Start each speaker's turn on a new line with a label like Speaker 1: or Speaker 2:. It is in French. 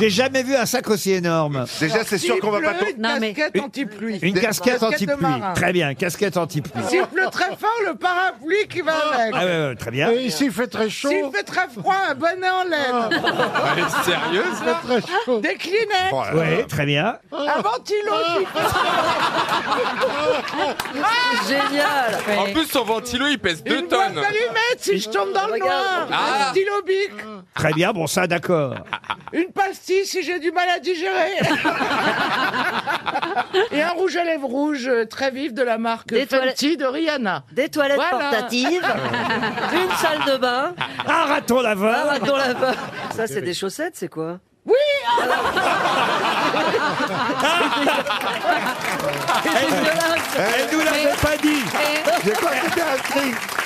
Speaker 1: J'ai jamais vu un sac aussi énorme.
Speaker 2: Déjà, c'est sûr qu'on va pas tomber.
Speaker 3: Non, mais
Speaker 4: Casquette anti-pluie.
Speaker 1: Une casquette
Speaker 4: de
Speaker 1: anti-pluie.
Speaker 4: marin.
Speaker 1: Très bien, casquette anti-pluie.
Speaker 4: S'il pleut très fort, le parapluie qui va avec.
Speaker 1: Ah ouais, ouais, très bien.
Speaker 5: Et ici, il fait très chaud.
Speaker 4: S'il fait très froid, un bonnet en laine.
Speaker 2: Elle est sérieuse là
Speaker 5: Très chaud.
Speaker 4: Des Kleenex.
Speaker 2: Oh là là.
Speaker 1: Oui, très bien.
Speaker 4: Un ventilo. qui-
Speaker 3: génial
Speaker 6: En plus, son ventilo, il pèse 2
Speaker 4: Une boîte
Speaker 6: tonnes.
Speaker 4: d'allumettes si je tombe dans le noir.
Speaker 6: Ah.
Speaker 4: Un stylo bic.
Speaker 1: Très bien, bon, ça, d'accord.
Speaker 4: Une pastille si j'ai du mal à digérer. Et un rouge à lèvres rouge euh, très vif de la marque
Speaker 3: Des
Speaker 4: Fenty de Rihanna.
Speaker 3: Des toilettes
Speaker 4: Voilà.
Speaker 3: portatives, une salle de bain,
Speaker 1: Un raton
Speaker 3: un
Speaker 1: laveur.
Speaker 3: raton laveur. Ça, c'est des chaussettes, c'est quoi Ah. Oui C'est dégueulasse.
Speaker 1: Elle nous l'avait pas dit.
Speaker 2: J'ai pas été inscrit.